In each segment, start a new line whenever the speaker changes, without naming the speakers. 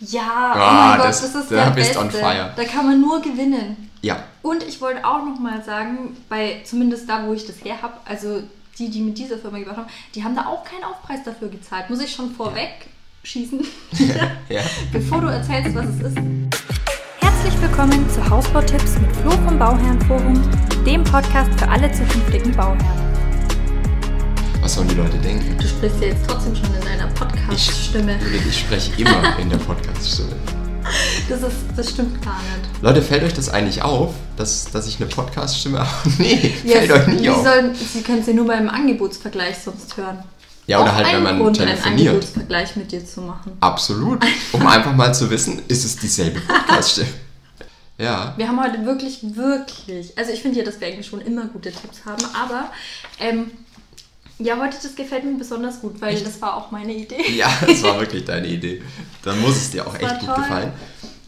Ja,
Ah,
oh mein Gott,
das-
das, ist
da
der
bist
Beste.
on fire.
Da kann man nur gewinnen.
Ja,
Und ich wollte auch nochmal sagen, bei zumindest da, wo ich das her habe, also die, die mit dieser Firma gemacht haben, die haben da auch keinen Aufpreis dafür gezahlt. Muss ich schon vorweg schießen,
ja.
bevor du erzählst, was es ist. Herzlich willkommen zu Hausbautipps mit Flo vom Bauherrenforum, dem Podcast für alle zukünftigen Bauherren.
Was sollen die Leute denken?
Du sprichst ja jetzt trotzdem schon in deiner Podcast-Stimme.
Ich spreche immer in der Podcast-Stimme.
Das, ist, das stimmt gar nicht.
Leute, fällt euch das eigentlich auf, dass, dass ich eine Podcast-Stimme habe? Nee,
Ja,
fällt euch nicht
Sie,
auf.
sollen, Sie können es ja nur beim Angebotsvergleich sonst hören.
Ja, oder
Auch
halt,
ein
wenn man
Grund, einen
telefoniert.
Angebotsvergleich mit dir zu machen.
Absolut. Um einfach mal zu wissen, ist es dieselbe Podcast-Stimme? Ja.
Wir haben heute wirklich, wirklich, also ich finde ja, dass wir eigentlich schon immer gute Tipps haben, aber ähm, ja, heute, das gefällt mir besonders gut, weil das war auch meine Idee.
Ja, das war wirklich deine Idee. Dann muss es dir auch
war
echt gut
toll.
gefallen.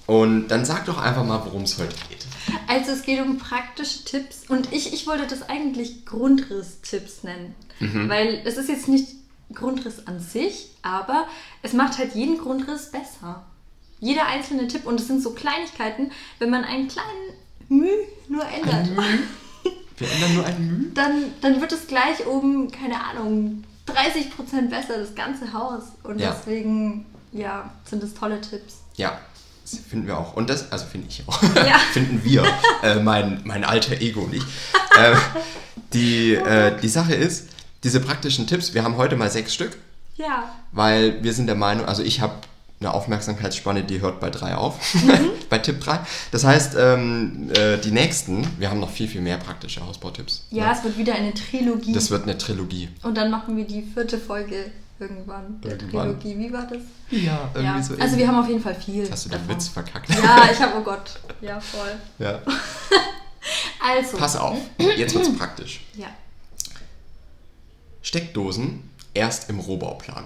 Und dann sag doch einfach mal, worum es heute geht.
Also es geht um praktische Tipps und ich, ich wollte das eigentlich Grundriss-Tipps nennen, weil es ist jetzt nicht Grundriss an sich, aber es macht halt jeden Grundriss besser. Jeder einzelne Tipp und es sind so Kleinigkeiten, wenn man einen kleinen Müh nur ändert.
Wir ändern nur ein Mühe.
dann, dann wird es gleich um, keine Ahnung, 30% besser, das ganze Haus. Und
Ja.
deswegen, ja, sind das tolle Tipps.
Ja, das finden wir auch. Und das, also finde ich auch.
Ja.
finden wir. Äh, mein, mein alter Ego nicht. Äh, die, äh, die Sache ist, diese praktischen Tipps, wir haben heute mal sechs Stück,
Ja,
weil wir sind der Meinung, also ich habe eine Aufmerksamkeitsspanne, die hört bei drei auf,
Mhm.
bei Tipp drei. Das heißt, ähm, äh, die nächsten, wir haben noch viel, viel mehr praktische Hausbautipps.
ja, es wird wieder eine Trilogie.
Das wird eine Trilogie.
und dann machen wir die vierte Folge irgendwann. Der
Irgendwann.
Trilogie, wie war das?
Ja, irgendwie
ja.
so.
also wir haben auf jeden Fall viel.
Hast du den
davon.
Witz verkackt?
Ja, ich habe, oh Gott. Ja, voll.
ja.
Also.
Pass auf, jetzt wird's praktisch.
Ja.
Steckdosen erst im Rohbauplan.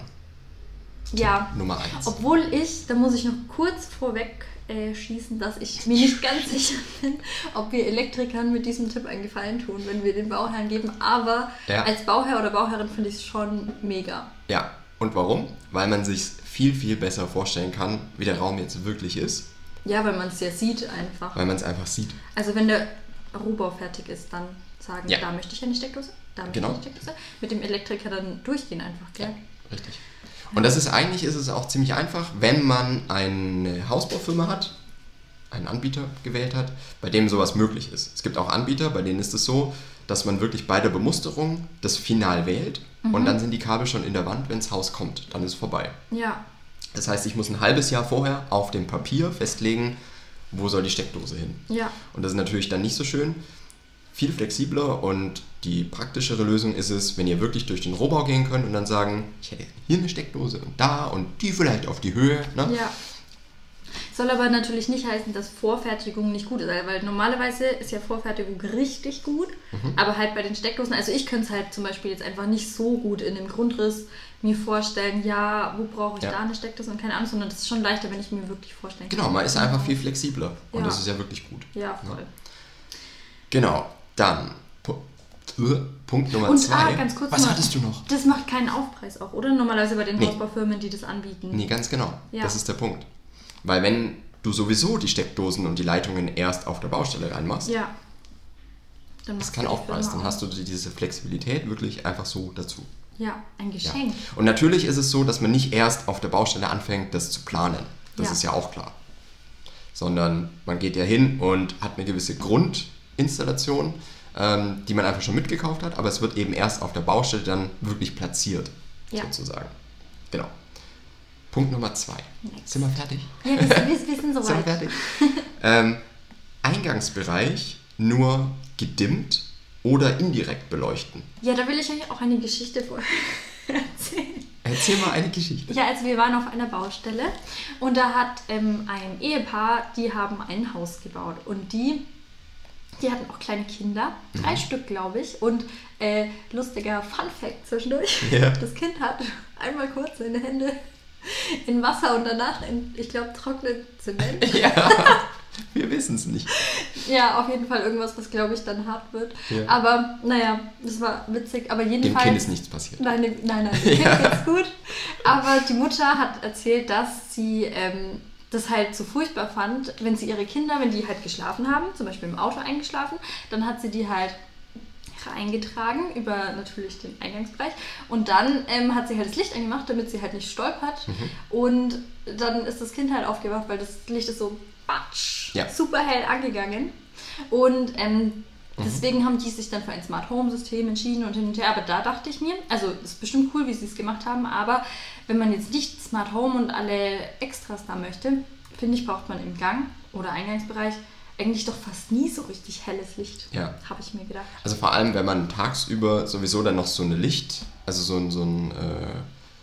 Ja.
Nummer 1.
Obwohl ich, da muss ich noch kurz vorweg äh, schießen, dass ich mir nicht ganz sicher bin, ob wir Elektrikern mit diesem Tipp einen Gefallen tun, wenn wir den Bauherren geben. Aber
Ja.
als Bauherr oder Bauherrin finde ich es schon mega.
Ja, und warum? Weil man sich viel, viel besser vorstellen kann, wie der Raum jetzt wirklich ist,
Ja, weil man es ja sieht einfach.
weil man es einfach sieht.
Also wenn der Rohbau fertig ist, dann sagen,
Ja.
da möchte ich eine Steckdose, da möchte
Genau.
ich eine Steckdose. Mit dem Elektriker dann durchgehen einfach, gell?
Richtig. Und das ist eigentlich ist es auch ziemlich einfach, wenn man eine Hausbaufirma hat, einen Anbieter gewählt hat, bei dem sowas möglich ist. Es gibt auch Anbieter, bei denen ist es so, dass man wirklich bei der Bemusterung das Final wählt und dann sind die Kabel schon in der Wand, wenn das Haus kommt, dann ist es vorbei.
Ja.
Das heißt, ich muss ein halbes Jahr vorher auf dem Papier festlegen, wo soll die Steckdose hin.
Ja.
Und das ist natürlich dann nicht so schön. Viel flexibler und die praktischere Lösung ist es, wenn ihr wirklich durch den Rohbau gehen könnt und dann sagen, ich hätte hier eine Steckdose und da und die vielleicht auf die Höhe. Ne?
Ja. Soll aber natürlich nicht heißen, dass Vorfertigung nicht gut ist, weil normalerweise ist ja Vorfertigung richtig gut,
Mhm.
aber halt bei den Steckdosen, also ich könnte es halt zum Beispiel jetzt einfach nicht so gut in dem Grundriss mir vorstellen, ja, wo brauche ich
Ja.
da eine Steckdose und keine Ahnung, sondern das ist schon leichter, wenn ich mir wirklich vorstellen kann.
Genau, man ist einfach viel flexibler und
Ja.
das ist ja wirklich gut.
Ja, voll.
Ne? Genau, dann Pu- Punkt Nummer
Und
zwei.
ah, ganz kurz
Was
noch,
hattest du noch?
Das macht keinen Aufpreis auch, oder? Normalerweise bei den
Nee.
Hausbaufirmen, die das anbieten.
Nee, ganz genau.
Ja.
Das ist der Punkt. Weil wenn du sowieso die Steckdosen und die Leitungen erst auf der Baustelle reinmachst,
Ja. Dann
das kann aufreißen. Dann hast du die- diese Flexibilität wirklich einfach so dazu.
Ja, ein
Ja.
Geschenk.
Und natürlich ist es so, dass man nicht erst auf der Baustelle anfängt, das zu planen. Das
Ja.
ist ja auch klar. Sondern man geht ja hin und hat eine gewisse Grundinstallation, ähm, die man einfach schon mitgekauft hat, aber es wird eben erst auf der Baustelle dann wirklich platziert,
Ja.
sozusagen. Genau. Punkt Nummer zwei.
Nice.
Sind wir fertig?
Ja, wir, sind- wir, wir sind
Sind wir
soweit.
fertig? ähm, Eingangsbereich nur gedimmt oder indirekt beleuchten.
Ja, da will ich euch auch eine Geschichte vor erzählen.
Erzähl mal eine Geschichte.
Ja, also wir waren auf einer Baustelle und da hat ähm, ein Ehepaar, die haben ein Haus gebaut und die, die hatten auch kleine Kinder, drei
Mhm.
Stück glaube ich. Und äh, lustiger Fun Fact zwischendurch:
Ja.
Das Kind hat einmal kurz seine Hände in Wasser und danach in, ich glaube, trockenen Zement.
Ja, wir wissen es nicht.
Ja, auf jeden Fall irgendwas, was glaube ich dann hart wird.
Ja.
Aber naja, das war witzig. Aber
Dem
jedenfalls.
Kind ist nichts passiert.
Nein, dem- nein, nein, dem
Ja.
Kind geht's gut. Aber die Mutter hat erzählt, dass sie ähm, das halt so furchtbar fand, wenn sie ihre Kinder, wenn die halt geschlafen haben, zum Beispiel im Auto eingeschlafen, dann hat sie die halt reingetragen über natürlich den Eingangsbereich und dann ähm, hat sie halt das Licht angemacht, damit sie halt nicht stolpert
Mhm.
und dann ist das Kind halt aufgewacht, weil das Licht ist so batsch,
Ja. Mhm.
super hell angegangen und ähm, deswegen haben die sich dann für ein Smart Home System entschieden und hin und her, aber da dachte ich mir, also ist bestimmt cool, wie sie es gemacht haben, aber wenn man jetzt nicht Smart Home und alle Extras da möchte, finde ich, braucht man im Gang oder Eingangsbereich eigentlich doch fast nie so richtig helles Licht,
Ja.
habe ich mir gedacht.
Also vor allem, wenn man tagsüber sowieso dann noch so eine Licht, also so ein, so ein, äh,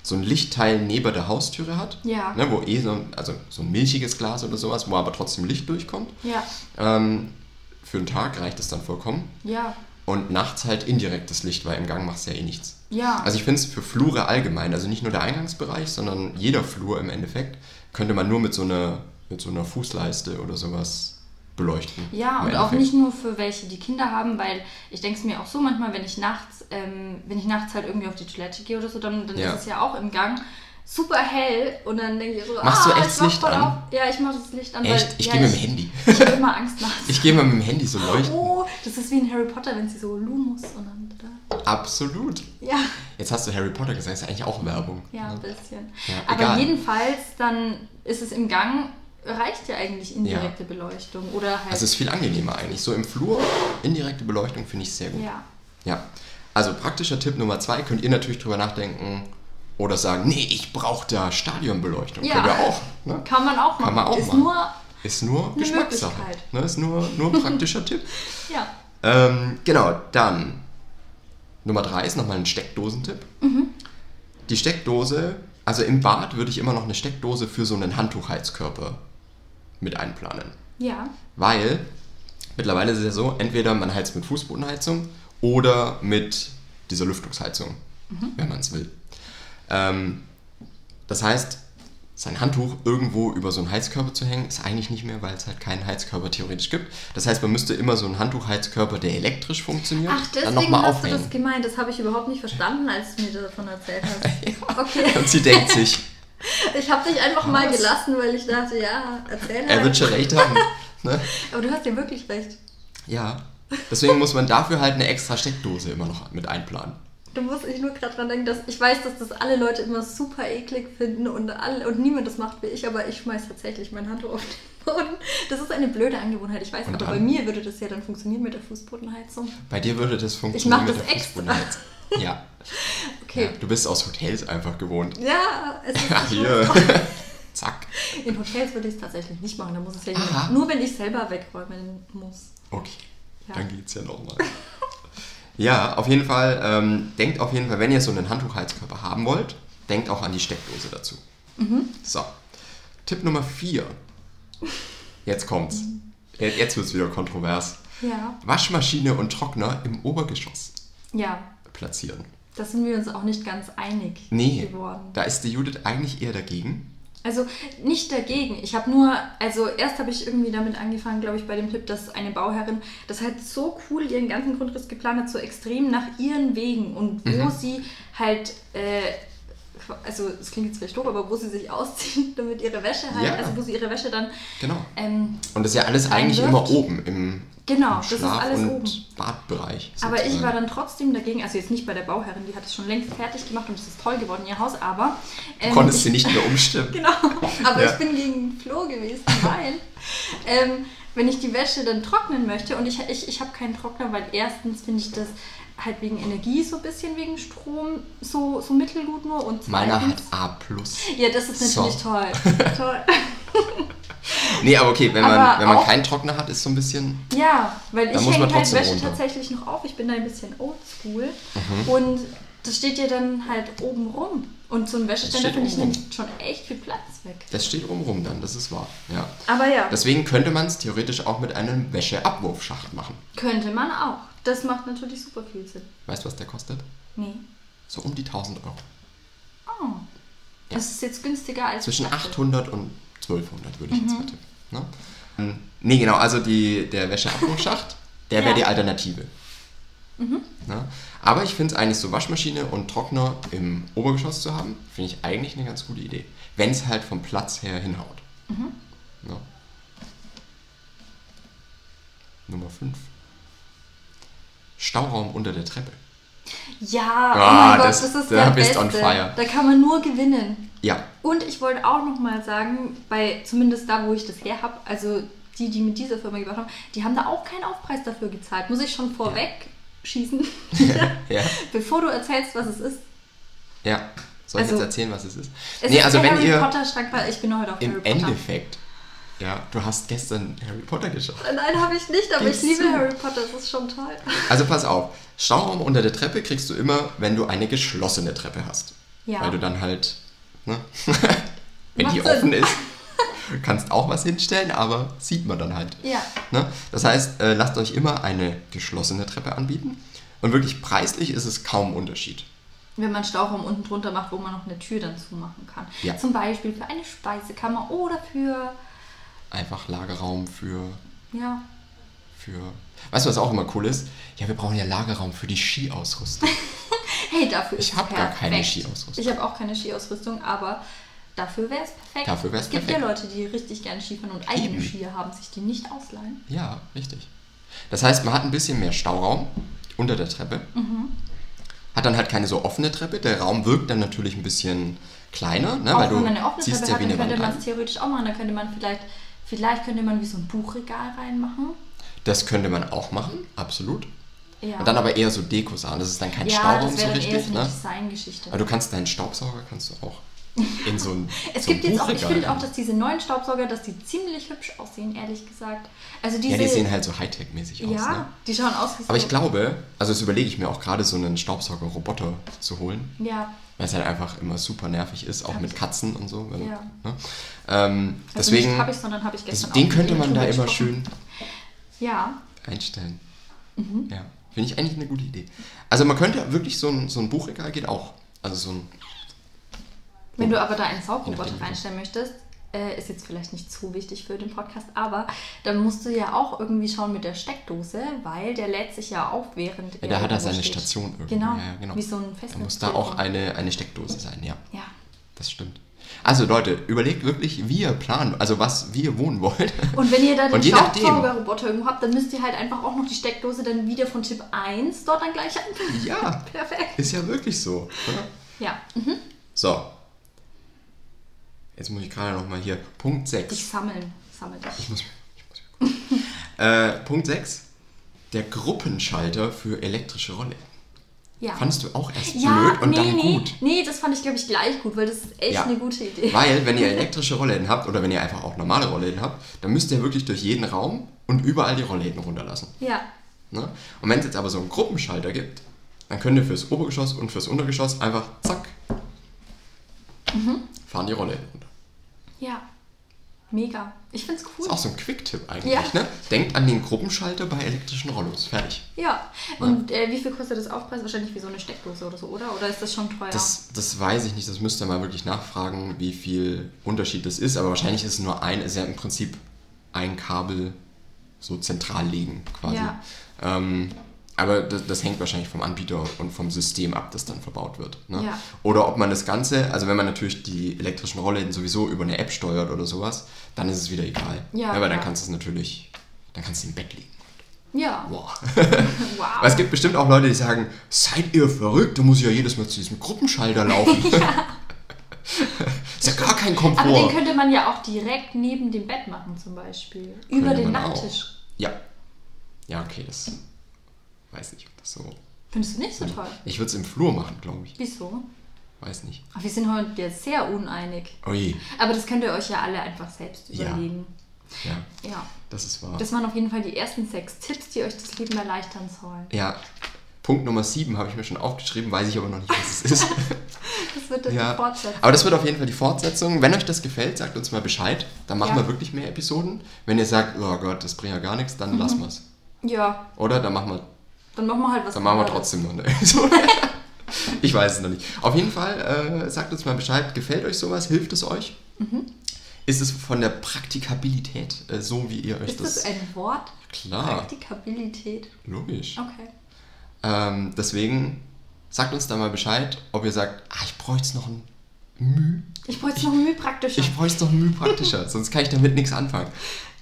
so ein Lichtteil neben der Haustüre hat,
Ja.
ne, wo eh so, ein- also so ein milchiges Glas oder sowas, wo aber trotzdem Licht durchkommt.
Ja,
Ähm, für einen Tag reicht es dann vollkommen.
ja,
Und nachts halt indirektes Licht, weil im Gang machst du ja eh nichts.
ja.
Also ich finde es für Flure allgemein, also nicht nur der Eingangsbereich, sondern jeder Flur im Endeffekt, könnte man nur mit so einer, mit so einer Fußleiste oder sowas beleuchten.
ja,
Im
und auch
Endeffekt.
nicht nur für welche, die Kinder haben, weil ich denke es mir auch so manchmal, wenn ich nachts, ähm, wenn ich nachts halt irgendwie auf die Toilette gehe oder so, dann, dann
Ja.
ist es ja auch im Gang super hell und dann denke ich so,
Machst du
ah,
echt
ich
das
mach
Licht
voll
an?
auf. Ja, ich mache das Licht an,
Echt?
weil
Ich
ja,
gehe mit dem
ich-
Handy.
Ich habe immer Angst nachts.
Ich gehe mal mit dem Handy so leuchten.
oh, das ist wie in Harry Potter, wenn sie so Lumos und dann da.
Absolut.
Ja.
Jetzt hast du Harry Potter gesagt, ist ja eigentlich auch Werbung.
Ja, ein
Ne?
bisschen.
Ja,
Aber
egal.
jedenfalls, dann ist es im Gang, reicht ja eigentlich indirekte Beleuchtung oder halt.
Also ist viel angenehmer eigentlich. So im Flur, indirekte Beleuchtung finde ich sehr gut.
ja.
Ja. Also praktischer Tipp Nummer zwei, könnt ihr natürlich drüber nachdenken oder sagen, nee, ich brauche da Stadionbeleuchtung.
Ja.
Könnt ihr auch. Ne?
Kann man auch machen.
Kann man auch
ist
machen.
nur,
Ist nur Geschmackssache.
Möglichkeit.
Ne? Ist nur, nur ein praktischer Tipp.
ja,
Ähm, genau, dann Nummer drei ist nochmal ein Steckdosentipp.
Mhm.
Die Steckdose, also im Bad würde ich immer noch eine Steckdose für so einen Handtuchheizkörper mit einplanen.
ja,
Weil mittlerweile ist es ja so, entweder man heizt mit Fußbodenheizung oder mit dieser Lüftungsheizung,
Mhm.
wenn man es will. Ähm, das heißt, sein Handtuch irgendwo über so einen Heizkörper zu hängen, ist eigentlich nicht mehr, weil es halt keinen Heizkörper theoretisch gibt. Das heißt, man müsste immer so einen Handtuchheizkörper, der elektrisch funktioniert,
Ach,
dann
deswegen
nochmal
hast du
aufhängen.
das gemeint. Das habe ich überhaupt nicht verstanden, als du mir davon erzählt hast. Okay,
Und sie denkt sich,
ich habe dich einfach mal
Was?
gelassen, weil ich dachte, ja, erzähl
er wird
halt.
schon recht haben. Ne?
Aber du hast ja wirklich recht.
Ja. Deswegen muss man dafür halt eine extra Steckdose immer noch mit einplanen.
Du musst ich nur gerade dran denken, dass ich weiß, dass das alle Leute immer super eklig finden und, alle, und niemand das macht wie ich, aber ich schmeiß tatsächlich mein Handtuch auf den Boden. Das ist eine blöde Angewohnheit, ich weiß,
Und
aber
dann?
bei mir würde das ja dann funktionieren mit der Fußbodenheizung.
Bei dir würde das
Ich mach
funktionieren.
das
mit der
extra.
Fußbodenheizung. Ja.
Okay.
ja. Du bist aus Hotels einfach gewohnt.
Ja, es ist
Ja,
nicht
hier.
so-
Zack.
In Hotels würde ich es tatsächlich nicht machen. Da muss es ja
Aha.
jemand- nur wenn ich selber wegräumen muss.
Okay.
Ja.
Dann geht's ja nochmal. ja, auf jeden Fall, ähm, denkt auf jeden Fall, wenn ihr so einen Handtuchheizkörper haben wollt, denkt auch an die Steckdose dazu.
Mhm.
So. Tipp Nummer 4. Jetzt kommt's.
Mhm.
Jetzt, jetzt wird's wieder kontrovers.
Ja.
Waschmaschine und Trockner im Obergeschoss
Ja,
platzieren.
da sind wir uns auch nicht ganz einig
Nee,
geworden.
da ist die Judith eigentlich eher dagegen.
Also nicht dagegen. Ich habe nur, also erst habe ich irgendwie damit angefangen, glaube ich, bei dem Tipp, dass eine Bauherrin das halt so cool ihren ganzen Grundriss geplant hat, so extrem nach ihren Wegen und wo
Mhm.
sie halt, äh, also es klingt jetzt vielleicht doof, aber wo sie sich ausziehen, damit ihre Wäsche halt,
Ja.
also wo sie ihre Wäsche dann,
Genau.
ähm,
Und das ist ja alles eigentlich immer
Einwirft.
oben im
genau, das ist
Schlaf-
alles
und
oben.
Badbereich.
Aber ich
sozusagen.
war dann trotzdem dagegen, also jetzt nicht bei der Bauherrin, die hat es schon längst fertig gemacht und es ist toll geworden, ihr Haus, aber.
Du
ähm,
konntest
ich-
sie nicht mehr umstimmen.
Genau, aber
Ja.
ich bin gegen Flo gewesen, weil ähm, wenn ich die Wäsche dann trocknen möchte und ich, ich, ich habe keinen Trockner, weil erstens finde ich das halt wegen Energie so ein bisschen, wegen Strom so, so mittelgut nur und
Meiner hat
zweitens-
A. Plus.
Ja, das ist
So.
natürlich toll. toll.
Nee, aber okay, wenn man,
Aber
wenn man
auch-
keinen Trockner hat, ist so ein bisschen.
Ja, weil
Da
ich
muss man
hänge halt
trotzdem
Wäsche
runter. Mhm.
tatsächlich noch auf. Ich bin da ein bisschen oldschool. Und das steht ja dann halt oben rum. Und so ein Wäscheständer,
steht
finde ich,
oben rum.
nimmt schon echt viel Platz weg.
Das steht oben rum dann, das ist wahr. Ja.
Aber ja,
Deswegen könnte man es theoretisch auch mit einem Wäscheabwurfschacht machen.
könnte man auch. Das macht natürlich super viel Sinn.
Weißt du, was der kostet?
Nee.
So um die 1000 Euro.
Oh. Das ist jetzt günstiger als
Zwischen
ich dachte.
800 und 1200 würde ich
Mhm.
jetzt mal tippen. Ne? Ähm, Nee, genau, also die, der Wäscheabwurfschacht, der wäre
Ja. Mhm.
die Alternative. Ne? Aber ich finde es eigentlich so, Waschmaschine und Trockner im Obergeschoss zu haben, finde ich eigentlich eine ganz gute Idee. Wenn es halt vom Platz her hinhaut.
Mhm.
Ja. Nummer 5. Stauraum unter der Treppe.
Ja,
Ah,
oh mein Gott,
das-
das, ist
da
der
bist
Beste.
on fire.
Da kann man nur gewinnen.
Ja,
Und ich wollte auch nochmal sagen, bei zumindest da, wo ich das her habe, also die, die mit dieser Firma gemacht haben, die haben da auch keinen Aufpreis dafür gezahlt. Muss ich schon vorweg schießen,
ja,
bevor du erzählst, was es ist.
ja. Soll ich
Also-
jetzt erzählen, was es ist?
Es
nee,
ist
also
der
wenn
Harry
ihr
Potter Schrank, weil ich bin heute auf Harry
im
Potter.
Endeffekt, ja, du hast gestern Harry Potter geschaut.
Äh, Nein, habe ich nicht, aber
Gib's
ich liebe
zu.
Harry Potter, das ist schon toll.
Also pass auf, Stauraum unter der Treppe kriegst du immer, wenn du eine geschlossene Treppe hast.
Ja.
Weil du dann halt, ne? wenn die
Macht Sinn.
offen ist, kannst auch was hinstellen, aber sieht man dann halt.
Ja.
Ne? Das heißt, äh, lasst euch immer eine geschlossene Treppe anbieten. Und wirklich preislich ist es kaum Unterschied.
Wenn man Stauraum unten drunter macht, wo man noch eine Tür dann zumachen kann.
Ja.
Zum Beispiel für eine Speisekammer oder für.
Einfach Lagerraum für,
Ja.
für... Weißt du, was auch immer cool ist? Ja, wir brauchen ja Lagerraum für die Skiausrüstung.
Hey, dafür
Ich
ist
hab
es
gar keine
perfekt.
Skiausrüstung.
Ich habe auch keine Skiausrüstung, aber dafür wäre es perfekt.
Dafür wär's
es gibt
perfekt.
ja Leute, die richtig gerne Skifahren und eigene
Eben.
Skier haben, sich die nicht ausleihen.
Ja, richtig. Das heißt, man hat ein bisschen mehr Stauraum unter der Treppe.
Mhm.
Hat dann halt keine so offene Treppe. Der Raum wirkt dann natürlich ein bisschen kleiner, ne? weil
auch wenn
du
man eine offene
ziehst
Treppe
ja
hat,
wie eine
dann könnte
Wand
man es
ein.
theoretisch auch machen. Da könnte man vielleicht, vielleicht könnte man wie so ein Buchregal reinmachen.
Das könnte man auch machen, absolut.
Ja.
Und dann aber eher so Deko sagen. Das ist dann kein
ja,
Stauraum
das
so
wäre dann eher
richtig.
so eine
Ne?
Designgeschichte.
Aber du kannst deinen Staubsauger kannst du auch in so ein
Es
so ein
gibt jetzt auch, ich
Buchregal
finde auch,
rein.
dass diese neuen Staubsauger, dass die ziemlich hübsch aussehen, ehrlich gesagt. Also diese,
Ja, die sehen halt so Hightech-mäßig aus.
ja,
Ne?
die schauen aus wie so.
Aber ich glaube, also das überlege ich mir auch gerade, so einen Staubsauger-Roboter zu holen.
Ja, also
Weil es halt einfach immer super nervig ist, auch
Hab
mit
ich-
Katzen und so. wenn-
Ja.
Ne? Ähm,
also
deswegen,
nicht habe ich, sondern habe ich gestern
das, den
auch
könnte
mit
man da
drüber
immer
gesprochen.
schön
Ja,
einstellen.
Mhm.
Ja, finde ich eigentlich eine gute Idee. Also man könnte wirklich so ein, so ein Buchregal geht auch. Also so ein,
wenn du aber da einen
Je nachdem,
Saugroboter
wie du-
reinstellen möchtest, äh, ist jetzt vielleicht nicht so wichtig für den Podcast, aber dann musst du ja auch irgendwie schauen mit der Steckdose, weil der lädt sich ja auf, während
ja, da hat er
irgendwo
seine
steht.
Station irgendwie.
Genau,
ja, ja, genau.
wie so ein
Da muss da auch
Festnetztelefon.
eine, eine Steckdose sein, ja.
Ja,
Das stimmt. Also Leute, überlegt wirklich, wie ihr plant, also was, wie ihr wohnen wollt.
Und wenn ihr da den
Und je nachdem.
Staubsaugerroboter irgendwo habt, dann müsst ihr halt einfach auch noch die Steckdose dann wieder von Tipp 1 dort dann gleich anpassen.
ja,
Perfekt.
ist ja wirklich so. Oder?
Ja, mhm.
So. Jetzt muss ich gerade nochmal hier. Punkt 6.
dich sammeln. Sammel dich.
Ich muss, ich muss mir gucken. äh, Punkt 6. Der Gruppenschalter für elektrische Rolle.
Ja.
Fandest du auch erst
ja,
blöd und
nee,
dann
nee.
gut.
Nee, das fand ich, glaube ich, gleich gut, weil das ist echt
Ja.
eine gute Idee.
Weil, wenn ihr elektrische Rollläden habt oder wenn ihr einfach auch normale Rollläden habt, dann müsst ihr wirklich durch jeden Raum und überall die Rollläden runterlassen.
Ja.
Ne? Und wenn es jetzt aber so einen Gruppenschalter gibt, dann könnt ihr fürs Obergeschoss und fürs Untergeschoss einfach zack,
Mhm.
fahren die Rollläden runter.
Ja. Mega. Ich find's cool.
Ist auch so ein Quick-Tipp eigentlich.
Ja.
Ne? Denkt an den Gruppenschalter bei elektrischen Rollos. Fertig.
Ja. Und äh, wie viel kostet das Aufpreis? Wahrscheinlich wie so eine Steckdose oder so, oder? Oder ist das schon teuer?
Das, das weiß ich nicht, das müsst ihr mal wirklich nachfragen, wie viel Unterschied das ist, aber wahrscheinlich ist es nur ein, ist ja im Prinzip ein Kabel so zentral legen quasi.
Ja.
Ähm, aber das, das hängt wahrscheinlich vom Anbieter und vom System ab, das dann verbaut wird. Ne?
Ja.
Oder ob man das Ganze, also wenn man natürlich die elektrischen Rollläden sowieso über eine App steuert oder sowas, dann ist es wieder egal.
Ja,
Aber dann
ja.
kannst du es natürlich, dann kannst du im Bett liegen.
ja.
Boah.
Wow.
Aber es gibt bestimmt auch Leute, die sagen, seid ihr verrückt, da muss ich ja jedes Mal zu diesem Gruppenschalter laufen. Ist ja gar kein Komfort.
Aber den könnte man ja auch direkt neben dem Bett machen, zum Beispiel. Über
Könnte
den
man auch.
Nachttisch.
Ja. Ja, okay, das weiß nicht, ob das so.
Findest du nicht so toll?
Ich würde es im Flur machen, glaube ich.
Wieso?
Weiß nicht.
Ach, wir sind heute ja sehr uneinig.
Ui.
Aber das könnt ihr euch ja alle einfach selbst
Ja.
überlegen.
Ja,
Ja.
das ist wahr.
Das waren auf jeden Fall die ersten sechs Tipps, die euch das Leben erleichtern sollen.
ja. Punkt Nummer 7 habe ich mir schon aufgeschrieben, weiß ich aber noch nicht, was es ist.
Das wird das
ja.
Fortsetzen.
Aber das wird auf jeden Fall die Fortsetzung. Wenn euch das gefällt, sagt uns mal Bescheid. Dann machen
Ja.
wir wirklich mehr Episoden. Wenn ihr sagt, oh Gott, das bringt ja gar nichts,
Mhm.
dann lassen wir es.
Ja,
Oder? Dann machen wir,
dann machen wir halt was.
dann machen wir
anderes.
trotzdem noch eine Episode. ich weiß es noch nicht. Auf jeden Fall äh, sagt uns mal Bescheid. Gefällt euch sowas? Hilft es euch?
Mhm.
Ist es von der Praktikabilität äh, so, wie ihr euch
Ist das ein Wort?
Klar.
Praktikabilität.
Logisch.
Okay.
Ähm, deswegen sagt uns da mal Bescheid, ob ihr sagt, ah, ich bräuchte noch einen Müh.
Ich bräuchte es noch Mühe praktischer.
Ich bräuchte es noch Mühe praktischer, sonst kann ich damit nichts anfangen.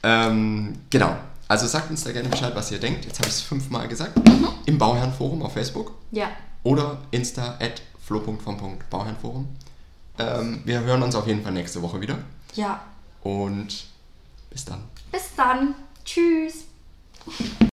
Ähm, genau. Also sagt uns da gerne Bescheid, was ihr denkt. Jetzt habe ich es fünfmal gesagt.
Mhm.
Im Bauherrenforum auf Facebook
ja,
oder insta at flo.vom.bauherrenforum. Ähm, wir hören uns auf jeden Fall nächste Woche wieder.
ja.
Und bis dann.
Bis dann. Tschüss.